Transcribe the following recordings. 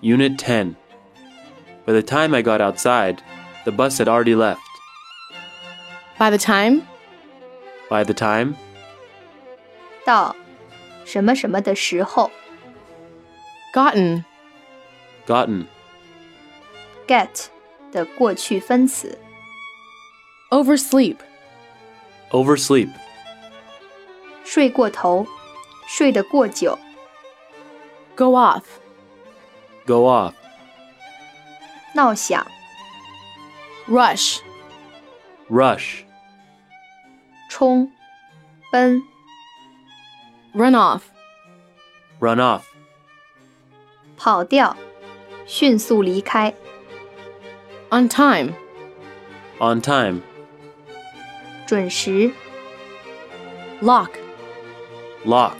Unit 10. By the time I got outside, the bus had already left. By the time, By the time, 到什么什么的时候 gotten, gotten, get 的过去分词 oversleep, oversleep, 睡过头，睡得过久， go off, go off, 闹响， rush, rush, 冲，奔， run off, run off, 跑掉，迅速离开， on time, on time, 准时， lock, lock,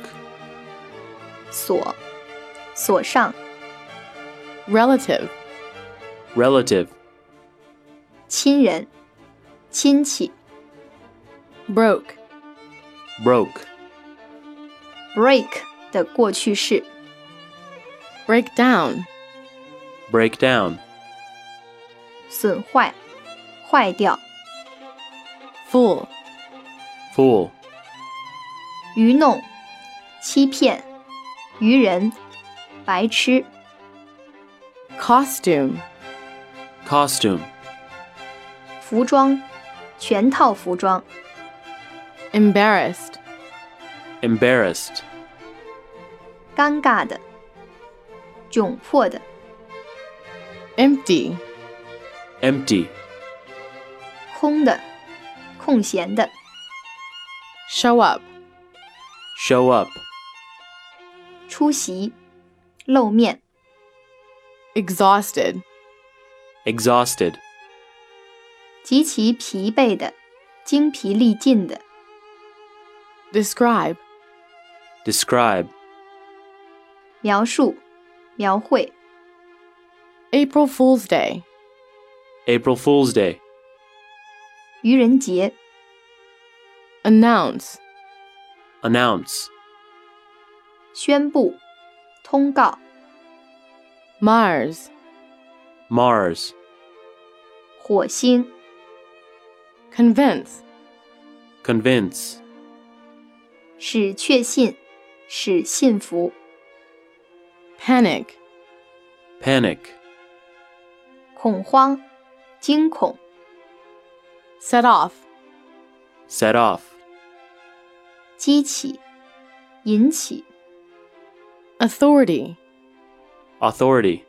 锁，锁上， relative, relative, 亲人，亲戚 broke, broke, ，break 的过去式， break down, break down, 损坏，坏掉， fool, fool, 愚弄，欺骗，愚人，白痴， costume, costume, 服装，全套服装， embarrassed, embarrassed, 尴尬的，窘迫的， empty, empty, 空的，空闲的， show up, show up, 出席，露面， exhausted, exhausted, 极其疲惫的，精疲力尽的， describe, describe, 描述，描绘， April Fool's Day, April Fool's Day, 愚人节， announce, announce, 宣布，通告， Mars, Mars, 火星， convince, convince, 使确信，使信服， panic, panic, 恐慌，惊恐， set off, set off, 激起，引起， authority, authority,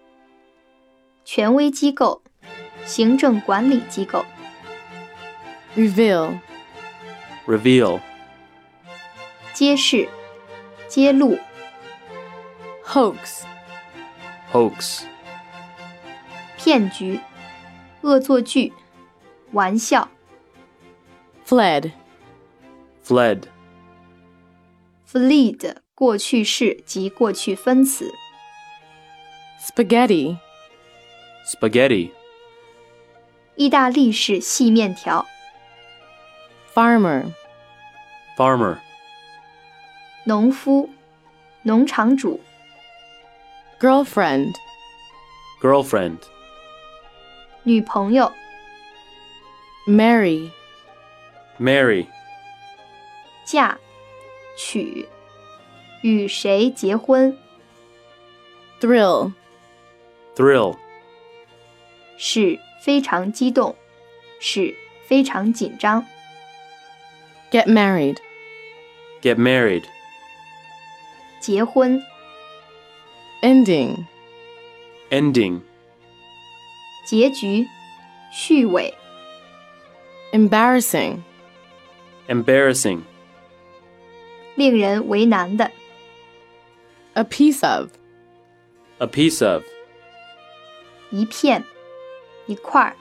权威机构，行政管理机构， reveal, reveal, 揭示，揭露， hoax, hoax, 骗局，恶作剧，玩笑， fled, fled, flee 的过去式及过去分词， spaghetti, spaghetti, 意大利式细面条， farmer, farmer, 农夫，农场主， girlfriend, girlfriend, 女朋友， marry, marry, 嫁，娶，与谁结婚， thrill, thrill, 使非常激动，使非常紧张， get married, get married, 结婚， ending, ending, 结局，序尾， embarrassing, embarrassing, 令人为难的， a piece of, a piece of, 一片，一块儿，